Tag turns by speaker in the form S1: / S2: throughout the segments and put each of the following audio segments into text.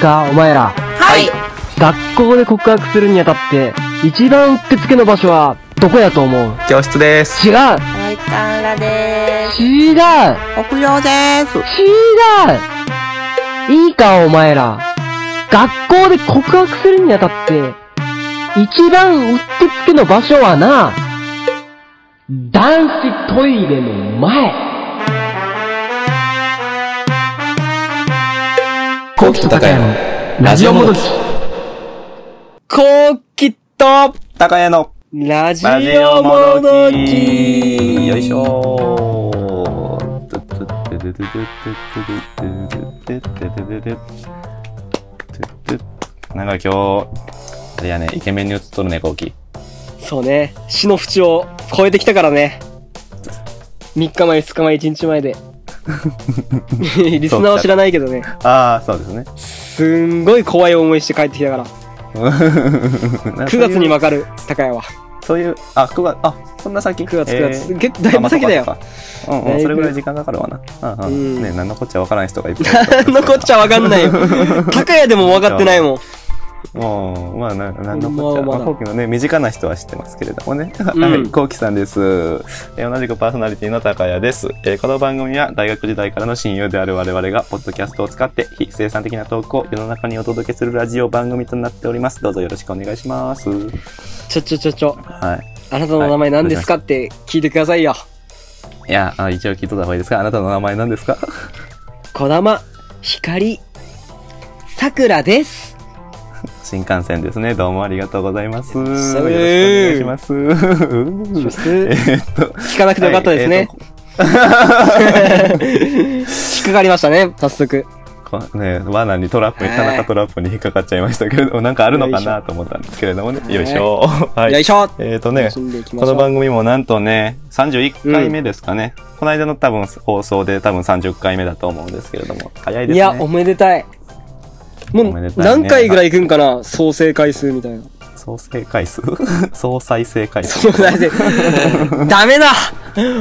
S1: か、お前ら。
S2: はい
S1: 学校で告白するにあたって、一番うってつけの場所は、どこやと思う
S3: 教室です。
S1: 違う
S2: 大観らでーす。
S1: 違う
S2: 屋上でーす。
S1: 違ういいか、お前ら。学校で告白するにあたって、一番うってつけの場所はな、男子トイレの前。
S3: 高木と高谷のラジオもどき。
S4: こうきっと、
S3: 高谷の
S4: ラジ
S3: ラジ
S4: オも
S3: オも
S4: ど
S3: ど
S4: き
S3: き。よいしょなんか今日、あれやね、イケメンに映っとるね、高木。
S4: そうね、死の淵を超えてきたからね。3日前、2日前、1日 前で。リスナーは知らないけどね、
S3: ああ、そうですね。
S4: すんごい怖い思いして帰ってきたから、9
S3: 9
S4: 月にわかる、高谷は。
S3: そういう、あ、9月、あ、こんな先
S4: 9月、9月、
S3: えー
S4: げだいぶ先だよ。
S3: あまあそっかそっかうん
S4: だい
S3: うん、
S4: ぶ
S3: それぐらい時間かかるわな。うんう
S4: うん
S3: ん。ね、何のこっちゃわからない人がいっぱいいる。
S4: 残っちゃわかんない よ。高谷でもわかってないもん。
S3: もう、まあ、ななんのこっちゃ。
S4: ま
S3: ま
S4: あまあ
S3: あ、後期のね、身近な人は知ってますけれどもね。
S4: うん
S3: はい、後期さんです。えー同じくパーソナリティの高谷です。えーこの番組は大学時代からの親友である我々が、ポッドキャストを使って、非生産的なトークを世の中にお届けするラジオ番組となっております。どうぞよろしくお願いします。
S4: ちょちょちょちょ、
S3: はい。
S4: あなたの名前何ですかって聞いてくださいよ。
S3: いや、あ一応聞いとった方がいいですかあなたの名前何ですか
S4: こだま、ひかり、さくらです。
S3: 新幹線ですね。どうもありがとうございます。よろし
S4: し
S3: く
S4: ゃ
S3: お
S4: べ
S3: 願い
S4: ー
S3: します。うんえーっと、
S4: 聞かなくてよかったですね。引っかかりましたね、早速。
S3: こね、罠にトラップに、
S4: はい
S3: 田中トラップに引っかかっちゃいましたけれども、なんかあるのかなと思ったんですけれどもね。よいしょ。は
S4: よ
S3: い。
S4: いしょ
S3: えっ、とね
S4: 楽し、んでいきま
S3: こ
S4: しょ
S3: の
S4: う。
S3: 番組もなんとね、31回目ですかね。この間の多分放送で多分30回目だと思うんですけれども、早いですね。
S4: いや、おめでたい。も
S3: おめで
S4: う
S3: たいね
S4: 何回ぐらい行くんかな創生回数みたいな。
S3: 総再生回数 総再生回数
S4: そうだ ねダメだ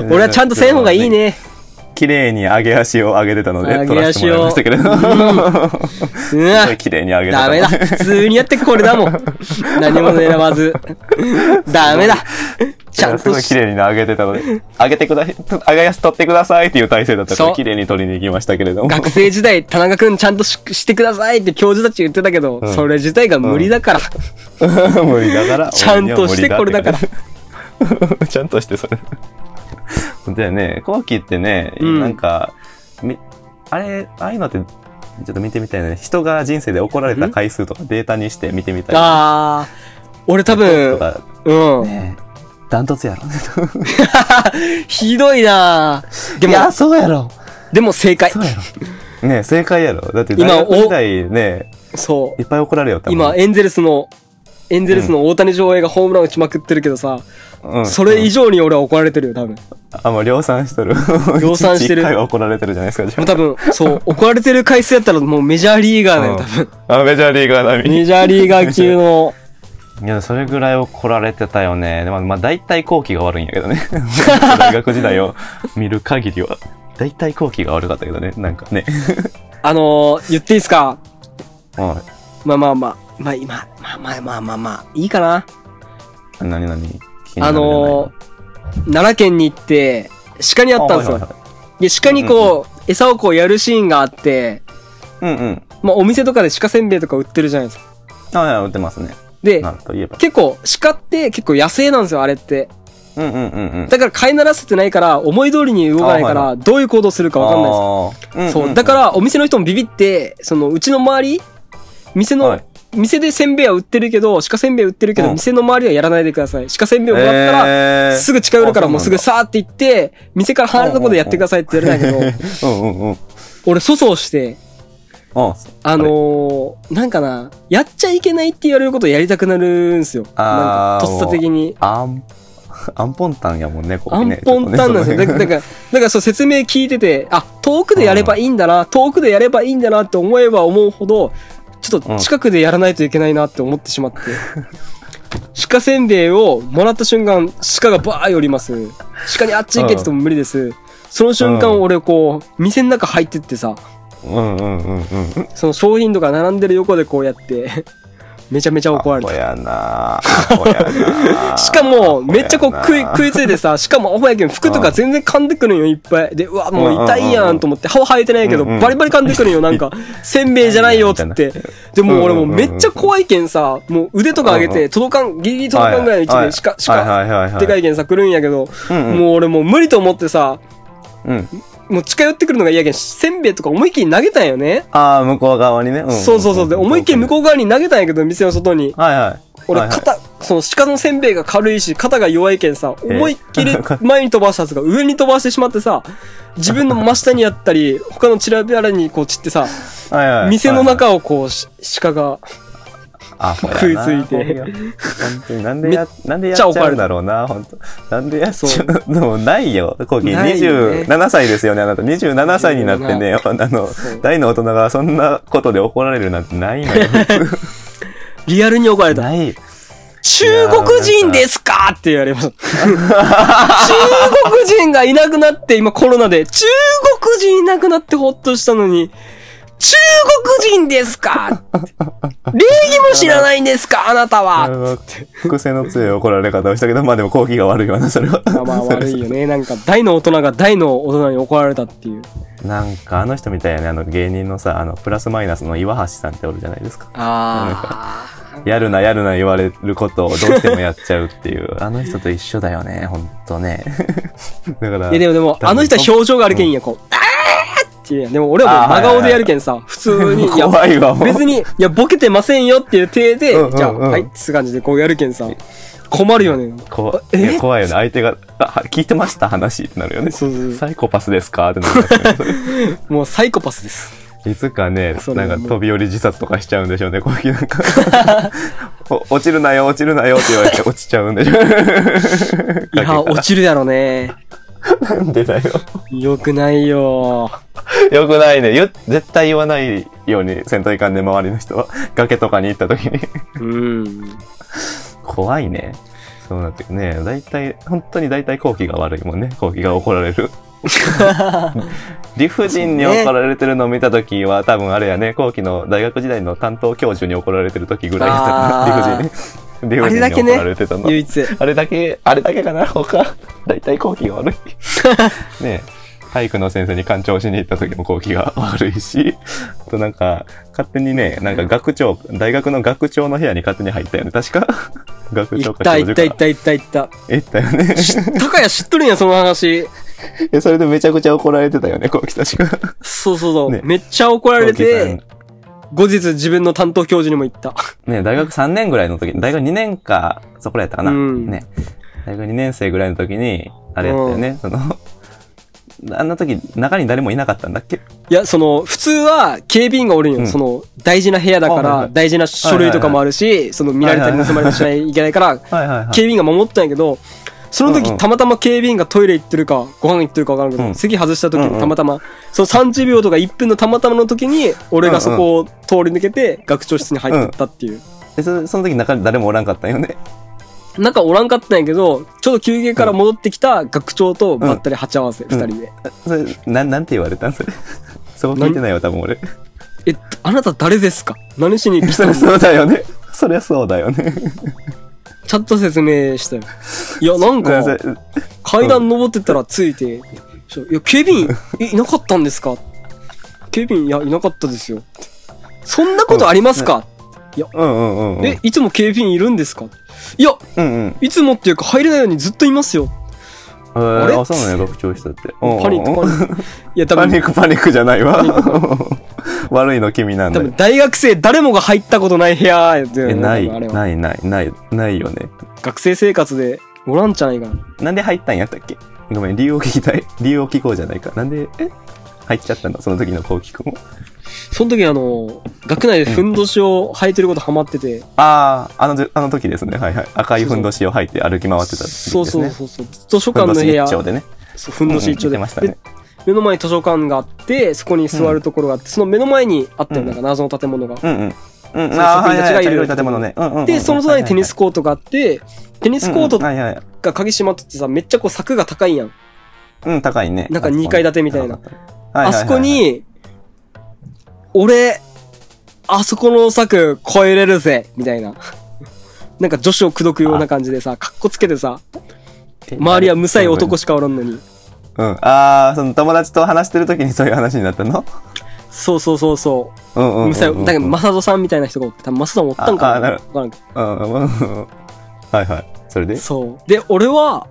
S4: 俺はちゃんとせん方がいいね。
S3: 綺麗に上げ足を上げてたので、
S4: 上
S3: 撮
S4: げ
S3: らせ
S4: 足
S3: てもらい
S4: を
S3: ましたけれども。
S4: う
S3: す
S4: わ
S3: ご い綺麗に上げてた
S4: ダ
S3: ので
S4: メだ普通にやってこれだもん。 何も狙わず。ダメだちゃん
S3: す
S4: と
S3: ごい
S4: し
S3: 綺麗に上げてたので、上げてくだ、上げ足取ってくださいっていう体勢だったか
S4: そう
S3: ら、綺麗に取りに行きましたけれども。
S4: 学生時代、田中くんちゃんとししてくださいって教授たち言ってたけど、
S3: ん
S4: それ自体が無理だから。
S3: 無理だから。
S4: ちゃんとして
S3: 俺には無理
S4: こ
S3: ら。ちゃんとしてそ れ。だよね、後期ってね、
S4: うん
S3: なんか、みあれ、ああいうのって、ちょっと見てみたいね。人が人生で怒られた回数とかデータにして見てみたい。
S4: あー、俺多分
S3: と、か、
S4: うん。
S3: ねダン トツやろ。
S4: ひどいなぁで
S3: い
S4: も、
S3: や、そうやろ。
S4: でも正解。
S3: そうやろ。ね正解やろ。だって、
S4: 今
S3: 大学時代ね、
S4: そう
S3: い。っぱい怒られよったもん
S4: 今、、エンゼルスの、エンゼルスの大谷翔平がホームラン打ちまくってるけどさ、
S3: うん
S4: それ以上に俺は怒られてるよ、多分。
S3: あ、もう量産してる。
S4: 量産してる
S3: 1回は怒られてるじゃないですか、じ
S4: もう
S3: ゃ
S4: 多分、そう、怒られてる回数やったらもうメジャーリーガーだよ、多分。
S3: あ。あ、メジャーリーガー並み。
S4: メジャーリーガー級の。
S3: いや、それぐらい怒られてたよね。でも、まあ、大体後期が悪いんやけど ね。大学時代を見る限りは、大体後期が悪かったけどね。なんかね。
S4: あのー、言っていいですか
S3: も
S4: まあまあまあ。まあ今、まあまあまあまあまあ、いいかな。
S3: う、何々。気にな
S4: あ
S3: るじゃない
S4: のー、奈良県に行って、鹿に会ったんです
S3: あはい
S4: よ。
S3: はい
S4: で、鹿にこう、餌をこうやるシーンがあって、
S3: はいうんうん。
S4: まあお店とかで鹿せんべいとか売ってるじゃないですか。
S3: ああ、売ってますね。
S4: で、
S3: なんといえば。
S4: 結構、鹿って結構野生なんですよ、あれって。
S3: うんうんうんうん。
S4: だから飼いならせてないから、思い通りに動かないか
S3: あは
S4: ら、どういう行動するかわかんないです。
S3: んない
S4: そう。だから、お店の人もビビって、その、うちの周り、店の、
S3: はい
S4: 店でせんべいは売ってるけど、鹿せんべい売ってるけど、
S3: うん
S4: 店の周りはやらないでください。鹿せんべいをもらったら、
S3: ら
S4: すぐ近寄るから
S3: あそう
S4: も
S3: なんだ
S4: うすぐさーって行って、店から離れたところでやってくださいって言われたんだけど、
S3: うんうんうん。
S4: 俺、粗相して、
S3: あ
S4: あのー、なんかな、やっちゃいけないって言われることをやりたくなるんですよ。なんか
S3: あ、ー
S4: とっさ的に。
S3: あん、 アンポンタンやもんね、こ
S4: ア
S3: こ
S4: ン
S3: ね。
S4: ポンタンなんですよ。だ
S3: ちょっとね
S4: だから、だ からそう説明聞いてて、あ、遠くでやればいいんだな、遠くでやればいいんだなって思えば思うほど、ちょっと近くでやらないといけないなって思ってしまって。鹿せんべいをもらった瞬間、鹿がバー寄ります。鹿にあっち行けって言っても無理です。その瞬間、
S3: うん
S4: 俺こう、店の中入ってってさ、
S3: うんうんうんうん。
S4: その商品とか並んでる横でこうやって、めちゃめちゃ怒られ
S3: アホ
S4: た。
S3: やなアホ やな
S4: しかも、めっちゃこう食い、
S3: い。
S4: 食いついて さ、しかもアホやけん、服とか全然噛んでくるんよ、いっぱい。で、うわ、もう痛いやんと思って、歯は生えてないけど、
S3: うんうん
S4: バリバリ噛んでくるんよ、 なんか、せんべいじゃないよ、つって。でもう俺もうめっちゃ怖いけんさ、もう腕とか上げ
S3: うん
S4: て、届かん、ギリギリ届かんぐらいの位置で、しか、しか、
S3: はいはいはいはい、
S4: でかいけんさ、来るんやけど、
S3: うんうん
S4: もう俺もう無理と思ってさ、
S3: うん。
S4: もう近寄ってくるのが嫌やけん、せんべいとか思いっきり投げたんよね。
S3: ああ、向こう側にね。んん
S4: そうそうそう。で、思いっきり向こう側に投げたんやけど、店の外に。
S3: う。はいはい。
S4: 俺、
S3: はいはい
S4: 肩、その鹿のせんべいが軽いし、肩が弱いけんさ、
S3: ええ
S4: 思いっき り前に飛ばしたやつが上に飛ばしてしまってさ、自分の真下にやったり、他のチラビラにこう散ってさ、
S3: はいはい。
S4: 店の中をこう、し鹿が、
S3: あほやな
S4: 食いついて
S3: ほや本当になんでや、なんでやっち
S4: めっちゃ
S3: ゃ
S4: 怒
S3: う
S4: る
S3: んだろうな、本当なんでやっちゃ
S4: そう
S3: うでもないよ、コキ。
S4: ないよね
S3: 27歳ですよね、あなた。27歳になってね、あ
S4: そ
S3: の
S4: う、
S3: 大の大人がそんなことで怒られるなんてない のよ。
S4: リアルに怒られた。
S3: ない。
S4: 中国人ですかって言われ ました。中国人がいなくなって、今コロナで、中国人いなくなってほっとしたのに、中国人ですか礼儀も知らないんですかあなたは
S3: 癖の強い怒られ方をしたけど、まあでも後期が悪いわな、それは。
S4: まあまあ悪いよね。なんか大の大人が大の大人に怒られたっていう。
S3: なんかあの人みたいやね、あの芸人のさ、あの、プラスマイナスの岩橋さんっておるじゃないですか。
S4: あ
S3: やるな、やるな言われることをどうしてもやっちゃうっていう、あの人と一緒だよね、ほんとね。 だから、
S4: あ。いやでもでも、あの人は表情があるけんや、こう、あーっていうやんでも俺はもう真顔でやるけんさ、普通に、いや、
S3: 怖いわ、もう。
S4: 別に、いや、ボケてませんよっていう体で
S3: うんうんう、ん
S4: じゃあ、はい、って感じでこうやるけんさ、困るよね。
S3: こ
S4: え
S3: いや怖いよね。相手が、あは聞いてました話ってなるよね。
S4: そうそうそ
S3: サイコパスですかってな りますよね。
S4: もうサイコパスです。
S3: いつかね、
S4: それ
S3: なん
S4: はもう
S3: か飛び降り自殺とかしちゃうんでしょうね、こういうなんか。 お落ちるなよ、落ちるなよって言われて落ちちゃうんでしょ。
S4: いや、落ちるやろね。
S3: なんでだよ。
S4: よくないよ。
S3: よくないね。言っ絶対言わないようにせんといかんね、周りの人は。 崖とかに行った時に。
S4: うん。
S3: 怖いね。そうなってくね。大体、本当に大体後期が悪いもんね。後期が怒られ る。理不尽に怒られてるのを見た時は、多分あれやね、後期の大学時代の担当教授に怒られてる時ぐらいやったかな
S4: あー
S3: 理不尽に。理不 尽に怒られてたの。
S4: 唯一。
S3: あれだけ、あれだけかな他、 大体後期が 悪い。ねえ体育の先生に干潮しに行った時も後期が悪いし、あとなんか、勝手にね、なんか学長、大学の学長の部屋に勝手に入ったよね。確か 学
S4: い
S3: 長
S4: っ
S3: か
S4: たい
S3: 教
S4: っ
S3: 授
S4: た
S3: か
S4: いったいったいった。
S3: 行ったよね。
S4: 高谷知っとるんや、その話。
S3: えそれでめちゃくちゃ怒られてたよね、後期確 か。
S4: そうそうそう。
S3: ね
S4: めっちゃ怒られ
S3: 後期さん
S4: て、後日自分の担当教授にも言った。
S3: ね、大学3年ぐらいの時、大学2年か、そこらやったかな。
S4: うん
S3: ね。大学2年生ぐらいの時に、あれやったよね、その、あんな時、中に誰もいなかったんだっけ
S4: いや、その、普通は警備員がおるんよ。
S3: うん
S4: その、大事な部屋だか
S3: あはいは
S4: ら、
S3: い
S4: 大事な書類とかもあるし、その、見られたり盗まれたりしないといけないから、
S3: はいはいはい。
S4: 警備員が守ったんやけど、その
S3: うんう
S4: 時、
S3: ん
S4: たまたま警備員がトイレ行ってるか、ご飯行ってるかわからんけ
S3: う
S4: ど、
S3: ん
S4: 席外した時
S3: うんうん
S4: にたまたま、その30秒とか1分のたまたまの時に、俺がそこを通り抜けて、学長室に入ってったっていう。
S3: でそその時中に誰もおらんかったんよね。
S4: なんかおらんかったんやけど、ちょうど休憩から戻ってきた学長とばったり鉢合わせ、
S3: ん
S4: 二人で。
S3: それ、なん、なんて言われたんそれ。そこ聞いてないわ、多分俺。
S4: え、あなた誰ですか何しに来
S3: そ
S4: た
S3: り
S4: の
S3: ゃそうだよね。そりゃそうだよね。
S4: ちゃんと説明したよ。いや、なん
S3: そ
S4: か
S3: れ、そ
S4: 階段登ってったらついて、そういや、警備員、え、いなかったんですか警備員、いや、いなかったですよ。そんなことありますか
S3: うんうんうんうん。
S4: え、いつも警備員いるんですかいや、
S3: うんうん。
S4: いつもっていうか入れないようにずっといますよ。
S3: えー
S4: あれ
S3: そうなのよ、学長室って。うんうんうん
S4: パニック、パニック。いや、多
S3: パニ
S4: 分
S3: ッ、ク、パニックじゃないわ。 悪いの君なん
S4: 多
S3: だ
S4: 分
S3: よ。
S4: 大学生誰もが入ったことない部屋やったよ
S3: え、
S4: ね
S3: ない、
S4: あれは
S3: ない、ない、ない、ないよね。
S4: 学生生活でおらんじゃないかな。
S3: なんで入ったんやったっけごめん、理由を聞きたい。理由を聞こうじゃないか。なんで、え入っちゃったのその時のこうきくんも。
S4: その時あの、学内でふんどしを履いてることハマってて、
S3: ああ、あの、あの時ですね。はいはい。赤いふんどしを履いて歩き回ってた時ですね。
S4: そうそうそうそう、図書館の
S3: ふんど
S4: 部
S3: し
S4: 屋
S3: 一、丁でね。
S4: そうふんどし一丁で,、
S3: うんうん見てましたね
S4: で目の前に図書館があって、そこに座るところがあって、その目の前にあったよ、
S3: うん
S4: なんか謎の建物が。
S3: うんうん。うん、
S4: そう
S3: あー
S4: 職員たちがいる
S3: はいはい、茶色い建物ね。うんうんうん、
S4: で、その隣にテニスコートがあって、テニスコート
S3: うんうんはいはい。
S4: が鍵閉まっててさ、めっちゃこう柵が高いやん。
S3: うん、高いね。
S4: なんか二階建てみたいな
S3: あそこね。
S4: あそこに、俺、あそこの柵超えれるぜみたいな。 なんか女子を口説くような感じでさ、かっこつけてさ、周りはむさい男
S3: し
S4: しかおらんのに。
S3: うん。ああ、その友達と話してる時にそういう話になったの
S4: そうそうそうそ
S3: うんうんうん
S4: う。
S3: うん。
S4: むさい、だけど、マサドさんみたいな人がおって、多分マサドもおったん
S3: あ
S4: か
S3: あな
S4: な
S3: る
S4: わからんけど
S3: うんうんうんうん。はいはい。それで
S4: そう。で、俺は、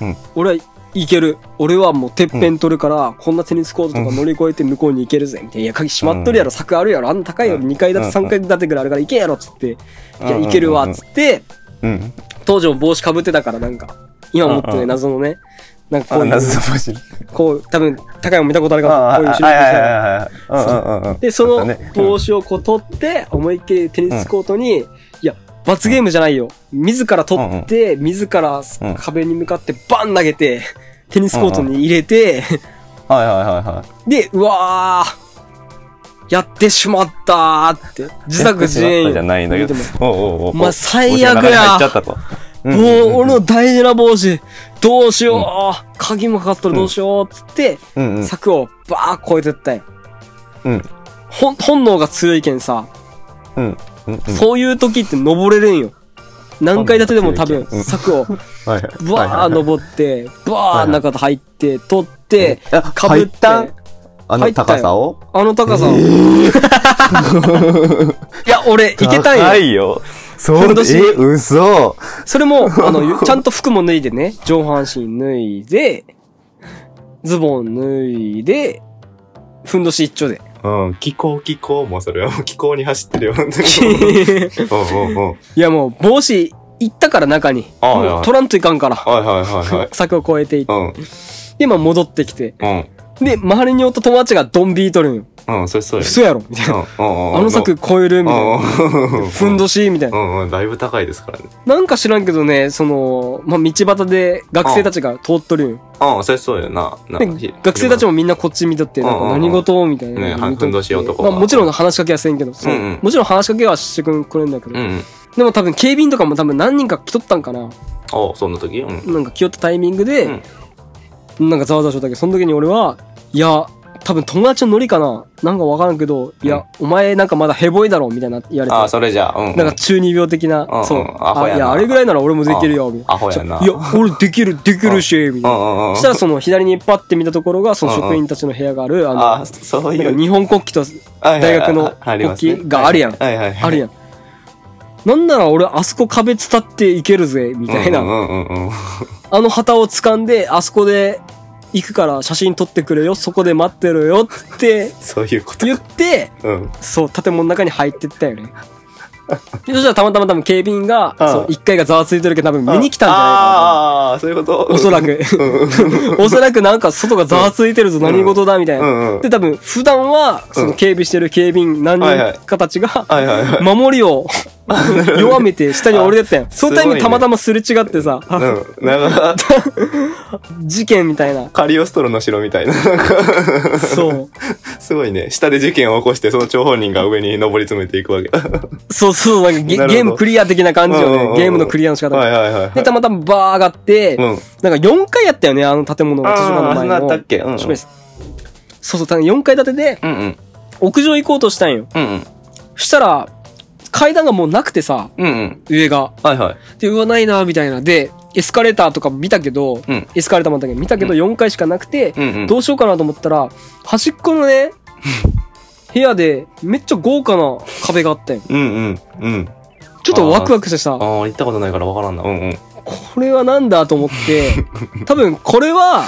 S3: うん
S4: 俺はいける。俺はもうてっぺん取るから、こんなテニスコートとか乗り越えて向こうに行けるぜ。みたいな。いや、鍵閉まっとるやろ、柵あるやろ、あんな高いよ、
S3: うん
S4: 2階建て、3階建てぐらいあるから行けやろ、つって。いや、行けるわ、つって、
S3: うん。
S4: 当時も帽子かぶってたから、なんか、今持って
S3: うんう
S4: ね、
S3: ん
S4: 謎のね、なんか
S3: あ
S4: こういう、
S3: 謎の帽子。
S4: こう、多分、高いも見たことあるか
S3: あ
S4: ら、
S3: あ
S4: こういう
S3: は
S4: 後
S3: い
S4: ろ
S3: は
S4: に
S3: い
S4: 着て
S3: はいはい。うんうんうん。
S4: で、その帽子をこう取って、思いっきりテニスコートに、いや、罰ゲームじゃないよ。自ら取って、自ら
S3: うん
S4: 壁に向かってバン投げて、テニスコートに入れて、
S3: はいはいはいはい。
S4: で、うわーやってしまったーって、自作自
S3: やっ
S4: 演
S3: てしまったじゃないんだけど。おうおうおうおう
S4: まあ最悪や
S3: 帽子が中に入っちゃったと。うんうんうん
S4: もう、俺の大事な帽子、どうしよう、鍵もかかっとるどうしよう、つって、
S3: うんうん
S4: 柵をバー越えてったよ。
S3: うん
S4: ほん本能が強いけんさ、
S3: うんうんうん
S4: そういう時って登れるんよ。何階建てでも多分
S3: うん
S4: 柵を
S3: はいはいはい
S4: バー
S3: はい
S4: 登って、
S3: は
S4: バー
S3: いはい
S4: 中で入って、取って、
S3: あ
S4: かぶ
S3: 入
S4: っ、
S3: ってた
S4: あ
S3: あの高さを
S4: の高さを。いや、俺、 いけたん
S3: 高
S4: よ。
S3: いよ。そう
S4: ふんどし
S3: え、嘘。
S4: それ も、あの、ちゃんと服も脱いでね、上半身脱いで、ズボン脱いで、ふんどし一 丁で。
S3: うん、気候気候もうそれはもう 気候に走 ってるよ、本当に。うんうんうん。
S4: いや、もう、帽子、行ったから中に。
S3: あはいはい
S4: もう取らんといかんから。
S3: はいはいはいはい。
S4: 柵を越えていって、
S3: う
S4: で、まあ戻ってきて。
S3: ん、
S4: で、周りにおった友達がドンビートルンよ。
S3: うん、うん、それそうやね。
S4: 嘘やろみたいな。あ
S3: あ
S4: の柵超えるみたいな。ふん
S3: ど
S4: どしみたいうな。
S3: んうん、だいぶ高いですからね。
S4: なんか知らんけどね、その、まあ、道端で学生たちが通っとるんよ。
S3: うん、それそうやな。な
S4: で、学生たち
S3: も。
S4: もみんなこっち見とって、なん
S3: うん
S4: か
S3: うんうん
S4: 何事みたいな。
S3: ね
S4: 見とって
S3: ふんどし男
S4: ま
S3: が
S4: あ、もちろん話しかけはせんけど、そう
S3: うんうん
S4: もちろん話しかけはしてくんくれんだけど。
S3: うんうん。
S4: でも多分警備員とかも多分何人か来とったんかな。
S3: おうそんな時うん。
S4: なんか来よったタイミングで、なんかざわざわしとったけど、その時に俺は、いや、多分友達のノリかななんかわからんけど、いや、お前なんかまだヘボいだろみたいな言われて。
S3: ああ、それじゃあ、うんうん。
S4: なんか中二病的な、
S3: うんうん
S4: そう、
S3: アホや
S4: あ
S3: な
S4: いや、あれぐらいなら俺もできるよ、みたい
S3: アホやな。
S4: な。いや、俺できる、できるし、み
S3: う
S4: たいな。
S3: んうんうん。
S4: そしたらその左にパッて見たところが、その
S3: うんうん
S4: 職員たちの部屋がある、あの、
S3: ああ、そう
S4: ないんか
S3: う。
S4: 日本国旗と
S3: 大
S4: 大学の国旗があるやん
S3: はいはいはい。
S4: あるやん。なんなら俺あそこ壁伝っていけるぜ、みたいな。
S3: うんうんうんうん。
S4: あの旗を掴んで、あそこで行くから写真撮ってくれよ、そこで待ってろよって
S3: そういうこと。
S4: 言って、
S3: うん。
S4: そう、建物の中に入ってったよ ね。でそしたらたまたま多分警備員が、
S3: うん
S4: そう、1階がざわついてるけど多分見に来たんじゃないか
S3: ああー、そういうこと。
S4: な。おそらく。おそらくなんか外がざわついてるぞ、
S3: ん
S4: 何事だみたいうな。
S3: んうん。
S4: で、多分普段は、その警備してる警備員何人かたちが、
S3: はいはいはい。
S4: 守り を弱めて下に降りてったよ。そのタイミングたまたますれ違ってさ、
S3: うん。なんか、
S4: 事件みたいな。
S3: カリオストロの城みたいな。なんか、
S4: そう。
S3: すごいね。下で事件を起こして、その張本人が上に上り詰めていくわけ。
S4: そうそう、なんかゲ
S3: なるほど
S4: ゲームクリア的な感じ
S3: うんうん
S4: よ
S3: うん
S4: ね。ゲームのクリアの仕方
S3: はい
S4: が。
S3: はいはい。
S4: で、たまたまバー上がって、
S3: うん。
S4: なんか4階やったよね、あの建物の図書館の
S3: ああ、そ
S4: 前
S3: ん
S4: の。
S3: なあったっけうんうん。
S4: 宿舎そうそう、ただ4階建てで
S3: うんうん。
S4: 屋上行こうとしたんよ。
S3: うんうん。
S4: したら、階段がもうなくてさ、
S3: うんうん。
S4: 上が。
S3: はいはい。
S4: で、うわ、ないな、みたいな。で、エスカレーターとか見たけど、
S3: うん
S4: エスカレーターもあったけど、見たけど
S3: うん
S4: 4階しかなくて、
S3: うんうん。
S4: どうしようかなと思ったら、端っこの ね、部屋でめっちゃ豪華な壁があったよ。
S3: うんうん。うん。
S4: ちょっとワクワクしてさ、
S3: ああ、行ったことないから分からんな。うんうん。
S4: これはなんだと思 って、多分これは、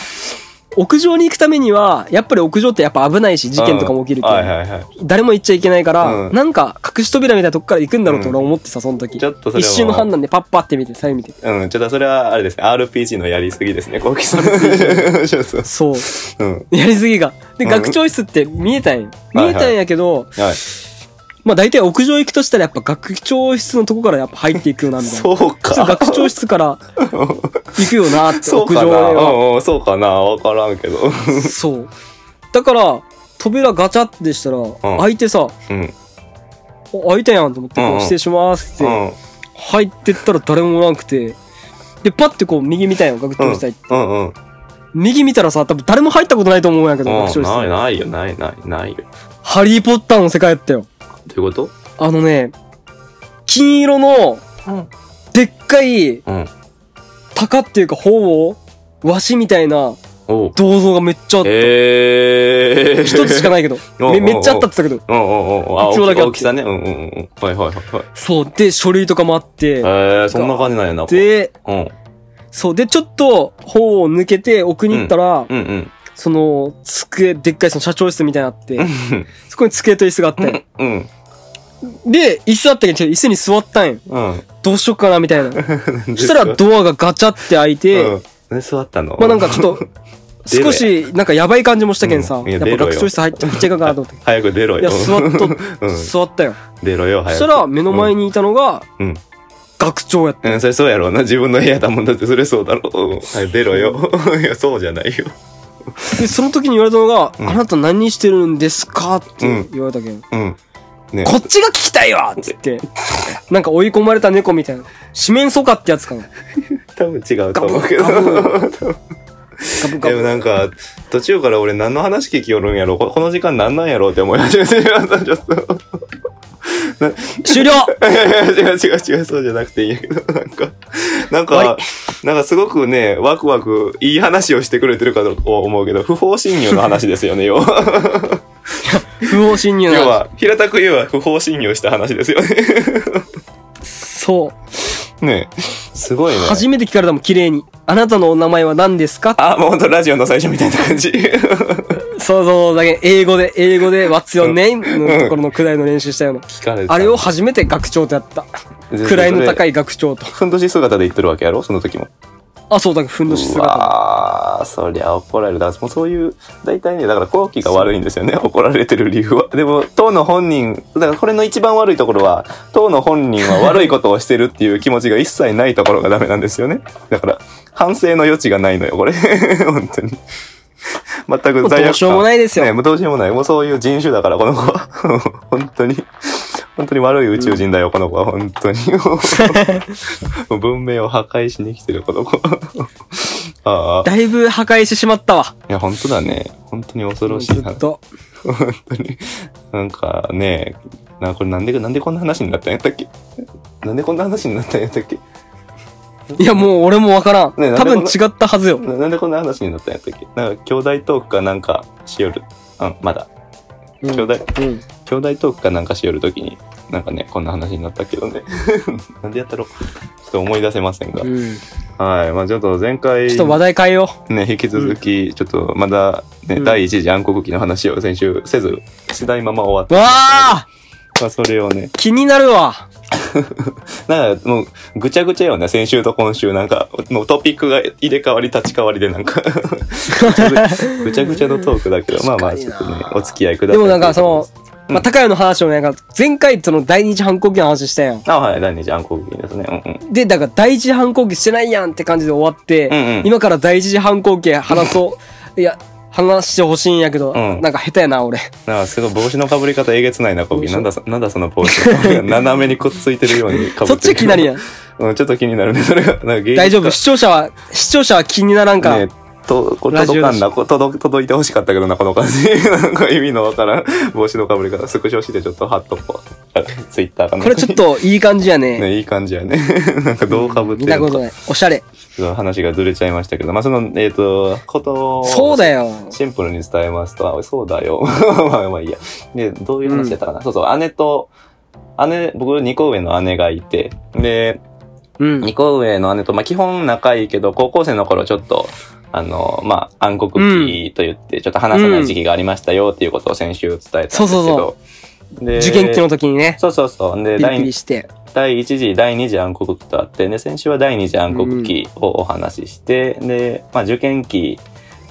S4: 屋上に行くためには、やっぱり屋上ってやっぱ危ないし、事件とかも起きるけど、
S3: はいはいはい。
S4: 誰も行っちゃいけないから、
S3: うん
S4: なんか隠し扉みたいなとこから行くんだろうと俺は思ってさ、その時。
S3: ちょっとそれは
S4: 一瞬の判断でパッパって見て、さえ見て。
S3: うん、ちょっとそれはあれですね、RPG のやりすぎです ね、コウキさん。 そうそう。
S4: そう。
S3: うん。
S4: やりすぎが。で、
S3: うん
S4: 学長室って見えたんよ。見えたんやけど、
S3: はい。
S4: まあ大体屋上行くとしたらやっぱ学長室のとこからやっぱ入っていくよな、みたいな。
S3: そう
S4: 普通
S3: か。
S4: 学長室から行くよなって、
S3: そう
S4: 屋
S3: か
S4: 上へ
S3: な。
S4: は。
S3: うんうん、そうかな。わからんけど。
S4: そう。だから、扉ガチャってしたら、開いてさ、
S3: うん。うん。
S4: お開いたやんと思って、
S3: うんう
S4: こ
S3: ん
S4: う、失礼しますって、入ってったら誰もおらんくて、で、パッてこう、右見たんよ、学
S3: うん。
S4: 長室入って。
S3: うんうん。
S4: 右見たらさ、多分誰も入ったことないと思うやんやけど、
S3: うん
S4: 学長室
S3: ない、。ないよ、ない、ない、ないよ。
S4: ハリーポッターの世界だったよ。
S3: どういうこと
S4: あのね、金色の、
S2: うん
S4: でっかい、
S3: うん。
S4: 鷹っていうか鳳凰和紙みたいな
S3: おう。
S4: 銅像がめっちゃあった。
S3: えー。
S4: 一つしかないけど。
S3: おうおうお
S4: め
S3: う
S4: めっちゃあったって言ったけど。
S3: うんうんうん。あ、
S4: 一応だけあって
S3: 大きさね。うんうんうん。はいはいはいはい。
S4: そう。で、書類とかもあって。
S3: えー、そんな感じなんやな。
S4: で、
S3: うん。
S4: そう。で、ちょっと、鳳凰を抜けて奥に行ったら、
S3: うんうん。
S4: その、机、でっかいその社長室みたいなのあって、
S3: うん
S4: そこに机と椅子があって、
S3: うん。
S4: で、椅子あったけど、椅子に座ったんよ。
S3: うん。
S4: どうしよっかな、みたいな。
S3: そ
S4: そしたらドアがガチャって開いて、
S3: うん。で座ったの
S4: まあなんかちょっと、
S3: 出ろ
S4: 少
S3: や
S4: し、なんかやばい感じもしたけんさ
S3: う、んい
S4: や
S3: や
S4: っぱ
S3: 出ろよ
S4: 学長室入って、入っちゃいかんかなと思って。
S3: 早く出ろ
S4: いや、
S3: よ。
S4: 座っと、
S3: うん。
S4: 座ったよ。
S3: 出ろよ、
S4: そ
S3: 早
S4: し
S3: く。
S4: たら、目の前
S3: に。
S4: にいたのが
S3: うん、
S4: 学長やっ
S3: う
S4: た。
S3: ん、それそうやろうな。自分の部屋だもんだって、それそうだろう。うんはい、出ろ よ。いや、そうじゃないよ。
S4: で、その時に言われたのが、
S3: うん
S4: あなた何してるんですかって言われたけん、
S3: うん。ね
S4: こっちが聞きたいわっつって、なんか追い込まれた猫みたいな。四面楚歌ってやつかな。
S3: 多分違うと思うけど。
S4: ガブガブガ
S3: でも
S4: ブ。
S3: なんか、途中から俺何の話聞きよるんやろここの時間何なんやろって思い始めてました、ちょっと。
S4: 終 了
S3: いやいや違う違う違う、そうじゃなくていいんやけど、なんか、なん
S4: 終わ
S3: か、なんかすごくね、ワクワク、いい話をしてくれてるかと思うけど、不法侵入の話ですよね、要は。
S4: 不法侵入
S3: 要
S4: な。
S3: は、平たく言えば不法侵入した話ですよ ね。
S4: そう。
S3: ねえすごいね。
S4: 初めて聞かれたもん、綺麗に。あなたのお名前は何ですか
S3: あ、もうほんとラジオの最初みたいな感じ。
S4: そうそう、だけ英語で、英語で、What's your name? のところのくらいの練習したような。
S3: 聞かれ
S4: あれを初めて学長とやった。
S3: 位
S4: 位の高
S3: い。
S4: い学長と。
S3: ふんどし姿で言ってるわけやろその時も。
S4: あ、そうだ、ふんどし
S3: う
S4: 姿。
S3: わー、そりゃ怒られるだ。もうそういう、大体ね、だから後期が悪いんですよね、怒られてる理由は。でも、当の本人、だからこれの一番悪いところは、当の本人は悪いことをしてるっていう気持ちが一切ないところがダメなんですよね。だから、反省の余地がないのよ、これ。 本当に。全
S4: も
S3: く
S4: うど
S3: 罪悪感。
S4: うしようもないですよ
S3: ね、もうどうしようもない。もうそういう人種だから、この子は。 本当に。本当に悪い宇宙人だよ、この子は。本当に。もう文明を破壊しに来てる、この子は。 ああ。
S4: だいぶ破壊してしまったわ。
S3: いや、本当だね。本当に恐ろし
S4: ず
S3: い話
S4: っ。と。
S3: 本当に。なんかね、なこれなんで、なんでこんな話になったんやったっけなんでこんな話になったんやったっけ
S4: いや、もう俺もわから ん。
S3: ねなんで
S4: 多分違ったはずよ。
S3: ななんでこんな話になったんやったっけなんか、兄弟トークかなんかしよる。うん、まだ。
S4: うん
S3: 兄弟、
S4: うん。
S3: 兄弟トークかなんかしよるときに、なんかね、こんな話になったけどね。 なんでやったろちょっと思い出せませんが。
S4: うん
S3: はい。まあちょっと前回
S4: ちょっ、と話題変えよ
S3: ね、引き続き、ちょっとまだ、ね、
S4: うん
S3: 第一次暗黒期の話を先週せず、次第まま終わっ
S4: う。
S3: た。
S4: わあ
S3: まあそれをね、
S4: 気になるわ。
S3: なんかもう、ぐちゃぐちゃよね、先週と今週、なんか、もうトピックが入れ替わり立ち替わりで、な んかぐちゃぐちゃのトークだけど、まあまあ、ちょっとね、お付き合いくだ
S4: で
S3: さい。
S4: もなんかその、
S3: うん
S4: まあ、高谷の話をね、なんか前回との第二次反抗期の話したやん。
S3: あ、はい、第二次暗黒期ですね。うんうん。
S4: で、だから第一次反抗期してないやんって感じで終わって、
S3: うんうん
S4: 今から第一次反抗期話そう。いや、話してほしいんやけど、
S3: うん
S4: なんか下手やな、俺。
S3: なんかすごい帽子のかぶり方えげつないな、コウキ。
S4: ど
S3: なん
S4: う
S3: だそ、なんだその帽子。 斜めにくっついてるようにかぶ
S4: そ
S3: ってる。
S4: っちが気になるやん。
S3: うん、ちょっと気になるね、それが。なんか芸術家
S4: 大丈夫、視聴者は、視聴者は気にならんから。
S3: ねとこれ
S4: ラジオ
S3: 届
S4: だ
S3: か
S4: し
S3: んなこ届届いてほしかったけどなこの感じ なんか意味のわからん帽子のかぶり方スクショしてちょっと貼っとこうツイッターかな
S4: これちょっといい感じやね。
S3: ねいい感じやね なんかどうかぶって
S4: 見
S3: る
S4: た
S3: の
S4: こ
S3: か
S4: とない。おしゃれ。
S3: ちょっと話がずれちゃいましたけどまあそのえっ、とことを
S4: そうだよ。
S3: シンプルに伝えますとあそうだよ まあまあいいやでどういう話だったかな、そうそう姉と姉僕2個上の姉がいてで
S4: うん。
S3: 二個上の姉と、まあ、基本仲いいけど、高校生の頃ちょっと、あの、まあ、暗黒期と言って、ちょっと話さない時期がありましたよっていうことを先週伝えたんですけど。
S4: そうそうそ
S3: で
S4: 受験期の時にね、
S3: そうそうそう。で、
S4: ピリピリ
S3: 第
S4: して。
S3: 第1次、第2次暗黒期とあって、で、先週は第2次暗黒期をお話しして、で、まあ、受験期、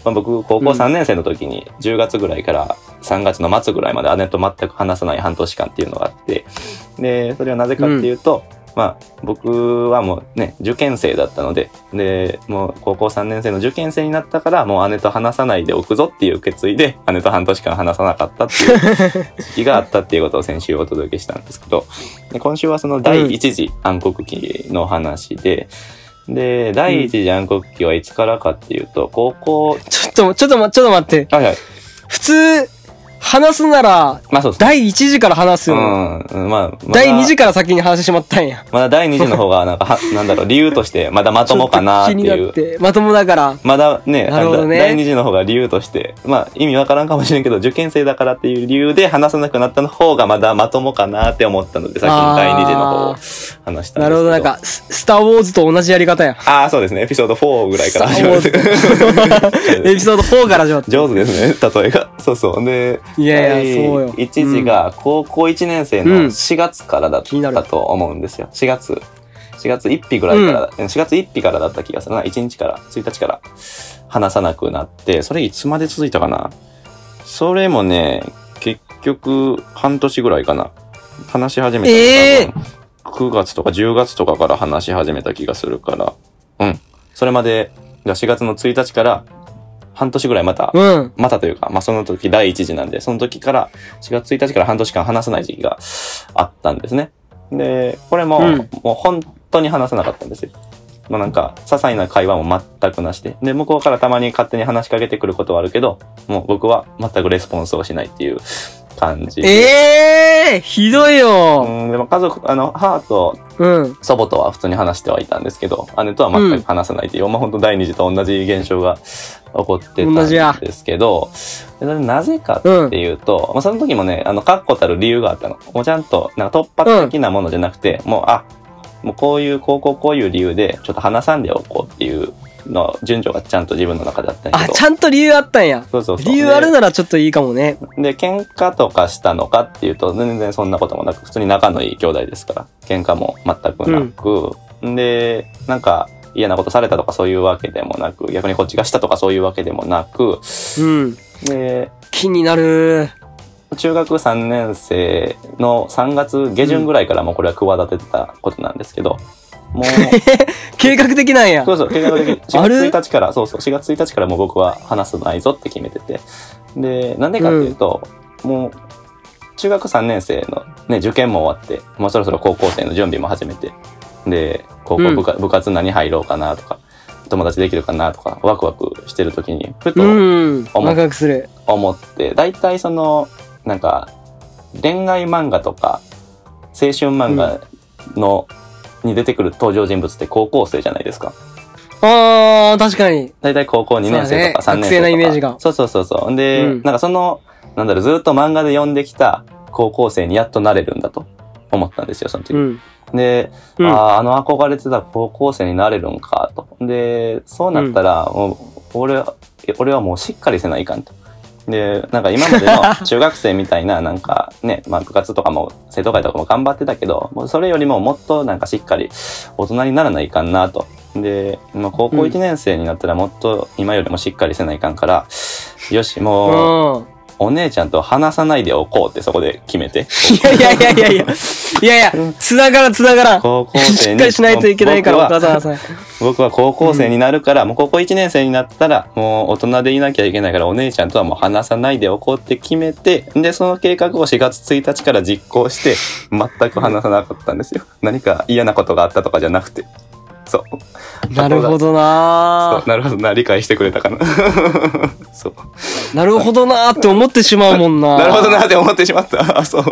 S3: まあ、僕、高校3年生の時に、10月ぐらいから3月の末ぐらいまで姉と全く話さない半年間っていうのがあって、で、それはなぜかっていうと、まあ、僕はもうね、受験生だったので、で、もう高校3年生の受験生になったから、もう姉と話さないでおくぞっていう決意で、姉と半年間話さなかったっていう時期があったっていうことを先週お届けしたんですけど、で今週はその第一次暗黒期の話で、で、第一次暗黒期はいつからかっていうと、高校、
S4: ちょっと、ちょっとま、ちょっと待って。
S3: はいはい。
S4: 普通、話すなら、
S3: まあそうですね。
S4: 第1次から話す
S3: う
S4: よな。
S3: ん、うんまあ、まだ
S4: 第2次から先に話してしまったんや。
S3: まだ第2次の方が、なんか、 はなんだろう、理由として、まだまともかなって
S4: ちょっ
S3: い
S4: と
S3: う
S4: 気。になって。まともだから。
S3: まだね、
S4: なるほどね
S3: あの第二次の方が理由として、まあ意味わからんかもしれんけど、受験生だからっていう理由で話さなくなったの方がまだまともかなって思ったので、さっきの第二次の方を
S4: あ
S3: 話したんですけど。
S4: なるほど、なんか、ススター・ウォーズと同じやり方や。
S3: ああ、そうですね。エピソード4ぐらいから始まる
S4: スターウォ。 エピソード4から始まった。
S3: 上手ですね、例えが。そうそう。で、
S4: いやいや
S3: 第
S4: そうよ
S3: 一次が高校1年生
S4: うん
S3: の4月からだっ
S4: 気になる
S3: たと思うんですよ。4月。4月1日ぐらいから、4月1日からだった気がするな。1日から、1日から話さなくなって、それいつまで続いたかな。それもね、結局半年ぐらいかな。話し始めた
S4: ええ
S3: のが9月とか10月とかから話し始めた気がするから。うん。それまで、じゃあ4月の1日から半年ぐらいまた
S4: うん。
S3: またというか、まあ、その時第一次なんで、その時から、4月1日から半年間話さない時期があったんですね。で、これも、
S4: うん
S3: もう本当に話さなかったんですよ。もうなんか、些細な会話も全くなしで。で、向こうからたまに勝手に話しかけてくることはあるけど、もう僕は全くレスポンスをしないっていう感じ。
S4: ええー、ひどいよ。
S3: うん、でも家族、あの、母と
S4: うん。
S3: 祖母とは普通に話してはいたんですけど、姉とは全く話さないっていう、まあ本当第二次と同じ現象が起こって
S4: 同じ
S3: た
S4: や
S3: んですけど、でそれなぜかっていうと、まあその時もね、あの、確固たる理由があったの。もうちゃんと、なんか突発的なものじゃなくて、もう、あ、もうこういう、こうこうこういう理由で、ちょっと話さんでおこうっていうの、順序がちゃんと自分の中であったんや
S4: あ、
S3: けど。
S4: ちゃんと理由あったんや。
S3: そうそうそう
S4: 理由あるならちょっといいかもね。
S3: で、喧嘩とかしたのかっていうと、全然そんなこともなく、普通に仲のいい兄弟ですから、喧嘩も全くなく、で、なんか嫌なことされたとかそういうわけでもなく、逆にこっちがしたとかそういうわけでもなく、
S4: うん。
S3: で、
S4: 気になる。
S3: 中学3年生の3月下旬ぐらいからもうこれは企ててたことなんですけど、もう、
S4: 計画的なんや
S3: そ。うそう、計画的に。4
S4: あれ
S3: 月1日から、そうそう、4月1日からもう僕は話すないぞって決めてて。で、なんでかっていうと、もう、中学3年生のね、受験も終わって、もうそろそろ高校生の準備も始めて、で、高校部活,、部活何入ろうかなとか、友達できるかなとか、ワクワクしてる時に、ふと
S4: うん。
S3: 思う
S4: ワクワクする。
S3: 思って、大体その、なんか、恋愛漫画とか、青春漫画の、に出てくる登場人物って高校生じゃないですか。
S4: あー、確かに。
S3: 大体高校2年生とか
S4: そう
S3: 3
S4: だね
S3: 年生とか、
S4: 学生なイメージが
S3: そうそうそうそうで、
S4: うん
S3: なんかそのなんだろうずっと漫画で読んできた高校生にやっとなれるんだと思ったんですよその時、
S4: うん。
S3: で、
S4: うん
S3: あああの憧れてた高校生になれるんかとでそうなったら、もう俺は俺はもうしっかりせないかんとでなんか今ま での中学生みたいななんかね、まあ、部活とかも生徒会とかも頑張ってたけどもうそれよりももっとなんかしっかり大人にならないかんなとで、まあ、高校
S4: うん
S3: 1年生になったらもっと今よりもしっかりせないかんから、よし
S4: うん。
S3: もうお姉ちゃんと話さないでおこうってそこで決 めて
S4: いやいやいやいやいや。いやいや、つながらんつながらん。
S3: 高校生に
S4: しっかりしないといけないから、
S3: 僕
S4: お
S3: は
S4: 母さんはさ。
S3: 僕は高校生になるから、もう高校1年生になったらもう大人でいなきゃいけないからお姉ちゃんとはもう話さないでおこうって決めてでその計画を4月1日から実行して全く話さなかったんですよ何か嫌なことがあったとかじゃなくてそう
S4: なるほど
S3: そ
S4: な
S3: うなるほどな理解してくれたかな そう
S4: ーなるほどなーって思ってしまうもんなー
S3: なるほどなって思ってしまったあ そう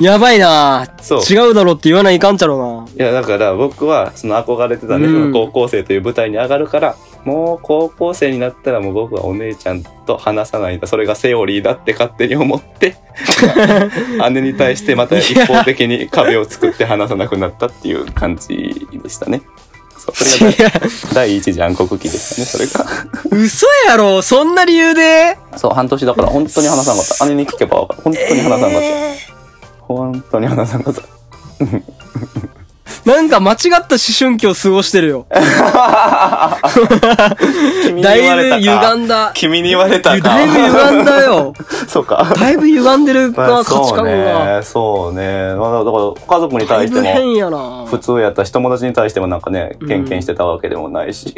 S4: やばいな
S3: そう
S4: 違うだろうって言わないかんちゃろうない
S3: やだから僕はその憧れてたね、
S4: うん
S3: その高校生という舞台に上がるからもう高校生になったらもう僕はお姉ちゃんと話さないんだそれがセオリーだって勝手に思って 姉に対してまた一方的に壁を作って話さなくなったっていう感じでしたね。そうそ れが
S4: いや
S3: 第一次暗黒期でしたねそれが。
S4: 嘘やろそんな理由で
S3: そう半年だから本当に話さなかった姉に聞けば分かる本当に話さなかった、本当に話さなかった。
S4: なんか間違った思春期を過ごしてるよ。
S3: 君に
S4: だ
S3: 言われた
S4: いぶ
S3: か
S4: 歪んだ。
S3: 君に言われた
S4: だ
S3: か
S4: いぶ歪んだよ。
S3: そうか。
S4: だいぶ歪んでる
S3: ま
S4: な、
S3: あ
S4: 価値観が。
S3: そうね。そうね。まあ、だから、家族に
S4: だ
S3: 対
S4: い
S3: し
S4: ぶ
S3: ても、
S4: 変やな。
S3: 普通やったし友達に対してもなんかね、ケンケンしてたわけでもないし、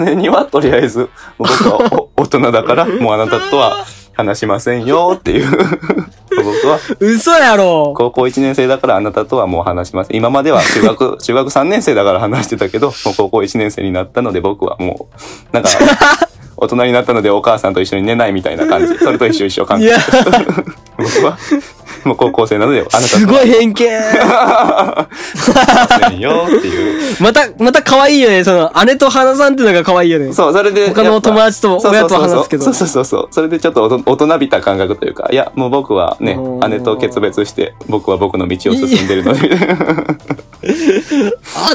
S3: 姉姉にはとりあえず、僕はお 大人だから、もうあなたとは話しませんよっていう。 僕は、
S4: 嘘やろ
S3: 高校1年生だからあなたとはもう話しません。今までは中学、 中学3年生だから話してたけど、もう高校1年生になったので僕はもう、なんか、 大人になったのでお母さんと一緒に寝ないみたいな感じ。それと一緒一緒感
S4: い
S3: じ。
S4: や
S3: 僕は、もう高校生なので、あなた
S4: すごい偏見
S3: ませんよっていう。
S4: また、また可愛いよね。その、姉と花さんっていうのが可愛いよね。
S3: そう、それで。
S4: 他の
S3: やっぱ
S4: 友達と親とは話すけど
S3: そうそうそうそう。それでちょっと大人大人びた感覚というか、いや、もう僕はね
S4: お、ー
S3: 姉と決別して、僕は僕の道を進んでるので、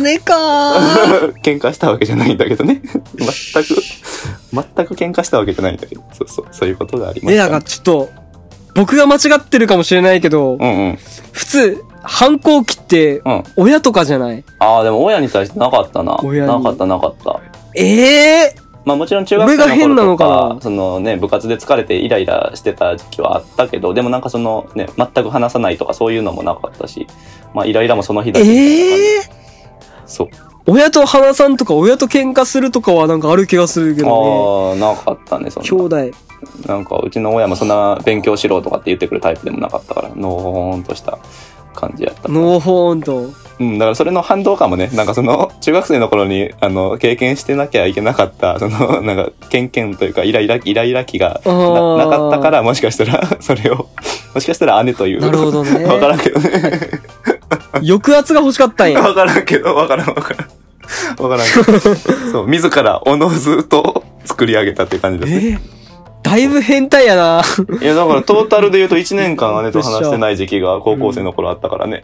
S4: 姉かー
S3: 喧嘩したわけじゃないんだけどね。全く、全く喧嘩したわけじゃないんだけど、そうそう、そういうことがあ りま
S4: ね、
S3: し
S4: な
S3: た
S4: んか
S3: ね。
S4: ちょっと、僕が間違ってるかもしれないけど、
S3: うんうん。
S4: 普通、反抗期って
S3: うん、
S4: 親とかじゃない、
S3: ああ、でも親に対してなかったな。
S4: 親に
S3: なかったなかった。
S4: ええ
S3: まあもちろん中学生の
S4: 俺が変な
S3: 頃と
S4: の
S3: か
S4: かな
S3: そのね部活で疲れてイライラしてた時期はあったけどでもなんかそのね全く話さないとかそういうのもなかったしまあイライラもその日だしみたいな感じ
S4: ええ
S3: そう
S4: 親と花さんとか親と喧嘩するとかはなんかある気がするけどね。
S3: ああなかったねそ
S4: 兄
S3: んな
S4: 弟。
S3: なんかうちの親もそんな勉強しろとかって言ってくるタイプでもなかったからのほほんとした感じやった
S4: ノーホーンと。
S3: うん、だからそれの反動かもね、なんかその、中学生の頃に、あの、経験してなきゃいけなかった、その、 なんか、けんけんというか、イライラ、イライラ気が
S4: あー
S3: ななかったから、もしかしたら、 それを、もしかしたら姉という。
S4: なるほどね
S3: わからん けどね。
S4: 抑圧が欲しかったん や。
S3: わからんけど、わからんわからん。わからんけど。 そう、自ら、おのずと作り上げたっていう感じですね。
S4: ええだいぶ変態やな。
S3: いや、だからトータルで言うと1年間姉と話してない時期が高校生の頃あったからね。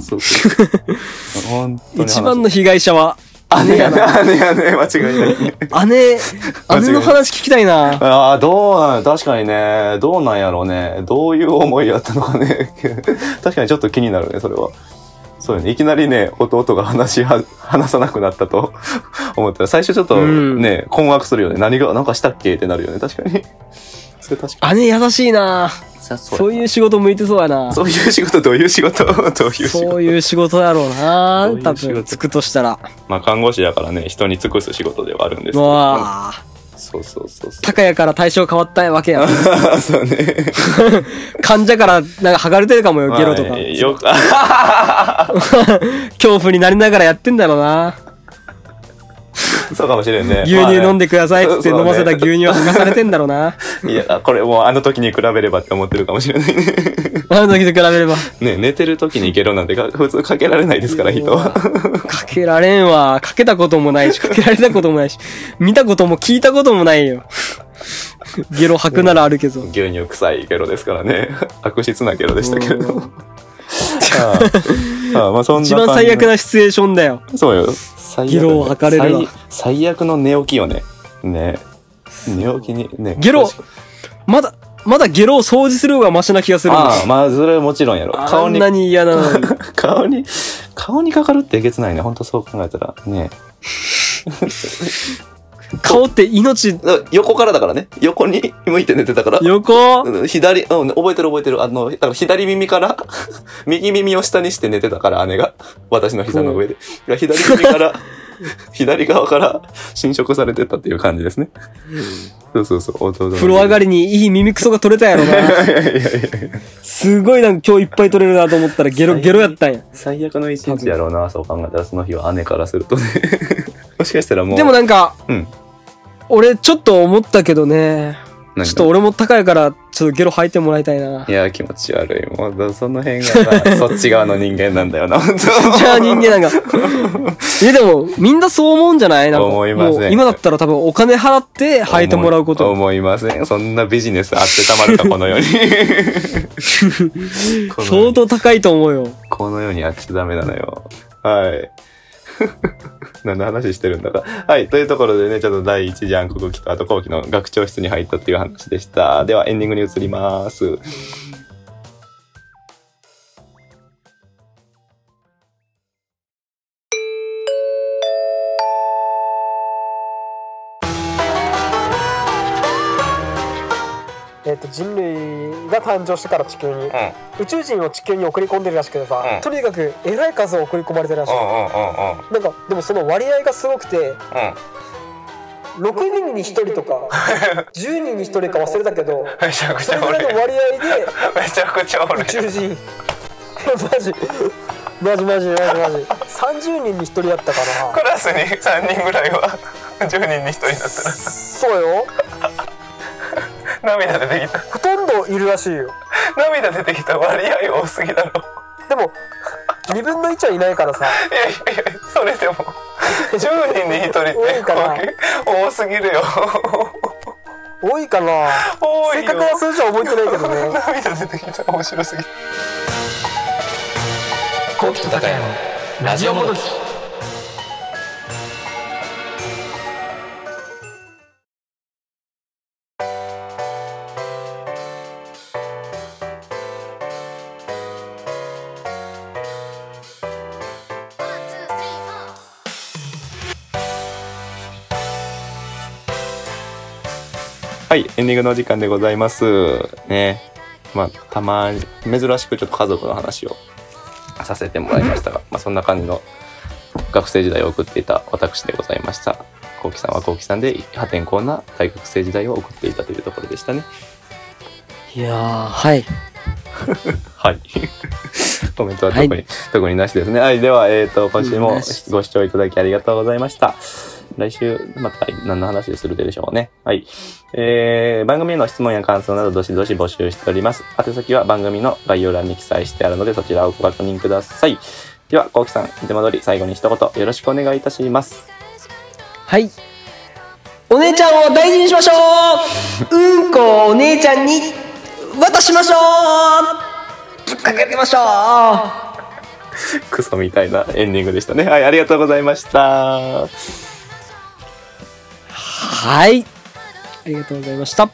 S3: そうそう。 本当に話して
S4: 一番の被害者は姉
S3: 姉
S4: や
S3: や
S4: な。
S3: ね、姉やね、間違いない。
S4: 姉、
S3: 間違いない
S4: 姉の話聞きたいな。
S3: ああ、どうなん、確かにね、どうなんやろうね。どういう思いやったのかね。 確かにちょっと気になるね、それは。そうよね。いきなりね、弟が話しは、話さなくなったと 思ったら、最初ちょっとね、困惑するよね。何が、なんかしたっけってなるよね、確かに。それ確か
S4: 姉優しいな。
S3: に。、
S4: そういうう仕事向いてそうやな。
S3: そういう仕事、どういう仕事、 どういう仕
S4: そ
S3: 事
S4: う。いう仕事だろうな
S3: そういう仕
S4: 多
S3: 事
S4: 分、つくとしたら。
S3: まあ、看護師だからね、人に尽くす仕事ではあるんですけ
S4: う
S3: ど。
S4: わあ。
S3: そうそうそうそう。
S4: 高屋から対象変わったわけや。
S3: そう ね。
S4: 患者から、なんか剥がれてるかもよ、ゲロと
S3: ま
S4: か
S3: あ。よく、
S4: 恐怖になりながらやってんだろうな。
S3: そうかもしれんね。
S4: 牛乳飲ん
S3: で。
S4: でくださいっつって
S3: まあ
S4: 飲
S3: ね
S4: ませた牛乳は剥がされてんだろう な。
S3: いや、これもうあの時に比べればって思ってるかもしれないね。
S4: あの時と比べれば。
S3: ね寝てる時にゲロなんてか普通かけられないですから、人は。
S4: かけられんわ。かけたこともないし、かけられたこともないし、見たことも聞いたこともないよ。ゲロ吐くならあるけど。
S3: 牛乳臭いゲロですからね。悪質なゲロでしたけれど
S4: う
S3: も。ああああまあそんな
S4: 一番最悪
S3: な。
S4: なシチュエーションだよ。
S3: そうよ。最悪だね
S4: ゲロを吐かれるわ
S3: 最最悪の寝起きよね。ね寝起きにね。
S4: ゲロまだ、まだゲロを掃除する方がマシな気がするん
S3: ああ、
S4: だ。
S3: まあそれはもちろんやろ。
S4: あ
S3: 顔
S4: ん
S3: に
S4: なに嫌なのに。
S3: 顔に、顔にかかるってえげつないね。ほんとそう考えたら。ね
S4: 顔って命、
S3: だ横からだからね。横に向いて寝てたから。
S4: 横
S3: うん左、うん、覚えてる覚えてる。あの、だから左耳から、 右耳を下にして寝てたから、姉が。私の膝の上で。だから左耳から、 左側から侵食されてったっていう感じですね。そうそうそう。弟の
S4: 風呂上が りにいい耳クソが取れたやろ
S3: いや
S4: な。
S3: いやいやいや
S4: すごいなんか今日いっぱい取れるなと思ったらゲロ、ゲロやったんや。
S3: 最悪の一日やろうな、そう考えたら、その日は姉からするとね。 もしかしたらもう。
S4: でもなんか、
S3: うん
S4: 俺ちょっと思ったけどね
S3: なん
S4: ちょ
S3: か
S4: っと俺も高いからちょっとゲロ吐いてもらいたいない
S3: や、気持ち悪い。もうだ、その辺がさ、そっち側の人間なんだよな、本
S4: じゃあ人
S3: 当
S4: 間なんか えでもみんなそう思うんじゃないなんか
S3: 思いませ
S4: も
S3: ん
S4: う今だったら多分お金払って吐いてもらうこと
S3: 思い思いません。そんなビジネスあってたまるか、こ の世に。この世に
S4: 相当高いと思うよ
S3: この世にあっちゃダメなのよ。はい。 何の話してるんだか。はい。というところでね、ちょっと第一次暗黒期とあと後期の学長室に入ったという話でした。ではエンディングに移ります。
S5: えっと人類が誕生してから地球に、宇宙人を地球に送り込んでるらしくてさ、
S3: うん
S5: とにかくえらい数を送り込まれてるらしい、なんかでもその割合がすごくて6人に1人と か10人に1人か忘れたけど
S3: めちゃく
S5: それぐらいの割合 で
S3: めちゃくちゃおる
S5: 宇宙人 マジマジマジマジマジ30人に1人やったかな
S3: ラスに3人ぐらいは10人に1人だっ
S5: そうよ
S3: たら涙出てきた
S5: ほとんどいるらしいよ
S3: 涙出てきた割合多すぎだろ
S5: でも2分の1はいないからさ
S3: いやいやいやそれでも10人に1人って
S5: 多いかな
S3: 多すぎるよ
S5: 多いかな
S3: 多
S5: 正
S3: いよ
S5: 確な数字は覚えてないけどね
S3: 涙出てきた面白すぎる
S6: 高木と高山のラジオもどき
S3: はいエンディングのお時間でございますねまあたまに珍しくちょっと家族の話をさせてもらいましたが、まあ、そんな感じの学生時代を送っていた私でございましたこうきさんはこうきさんで破天荒な大学生時代を送っていたというところでしたね
S4: いやー、はい。
S3: はい。 コメントは特に、特になしですね。はい。では、えっ、と、今週
S4: うん
S3: も
S4: なし
S3: ご視聴いただきありがとうございました。来週、また何の話するでしょうね。はい。えー、番組への質問や感想など、どしどし募集しております。宛先は番組の概要欄に記載してあるので、そちらをご確認ください。では、こうきさん、いつも通り最後に一言よろしくお願いいたします。
S4: はい。お姉ちゃんを大事にしましょううんこをお姉ちゃんに渡しましょうぶっかけてましょう
S3: クソみたいなエンディングでしたね。はい、ありがとうございました。
S4: はい。ありがとうございました。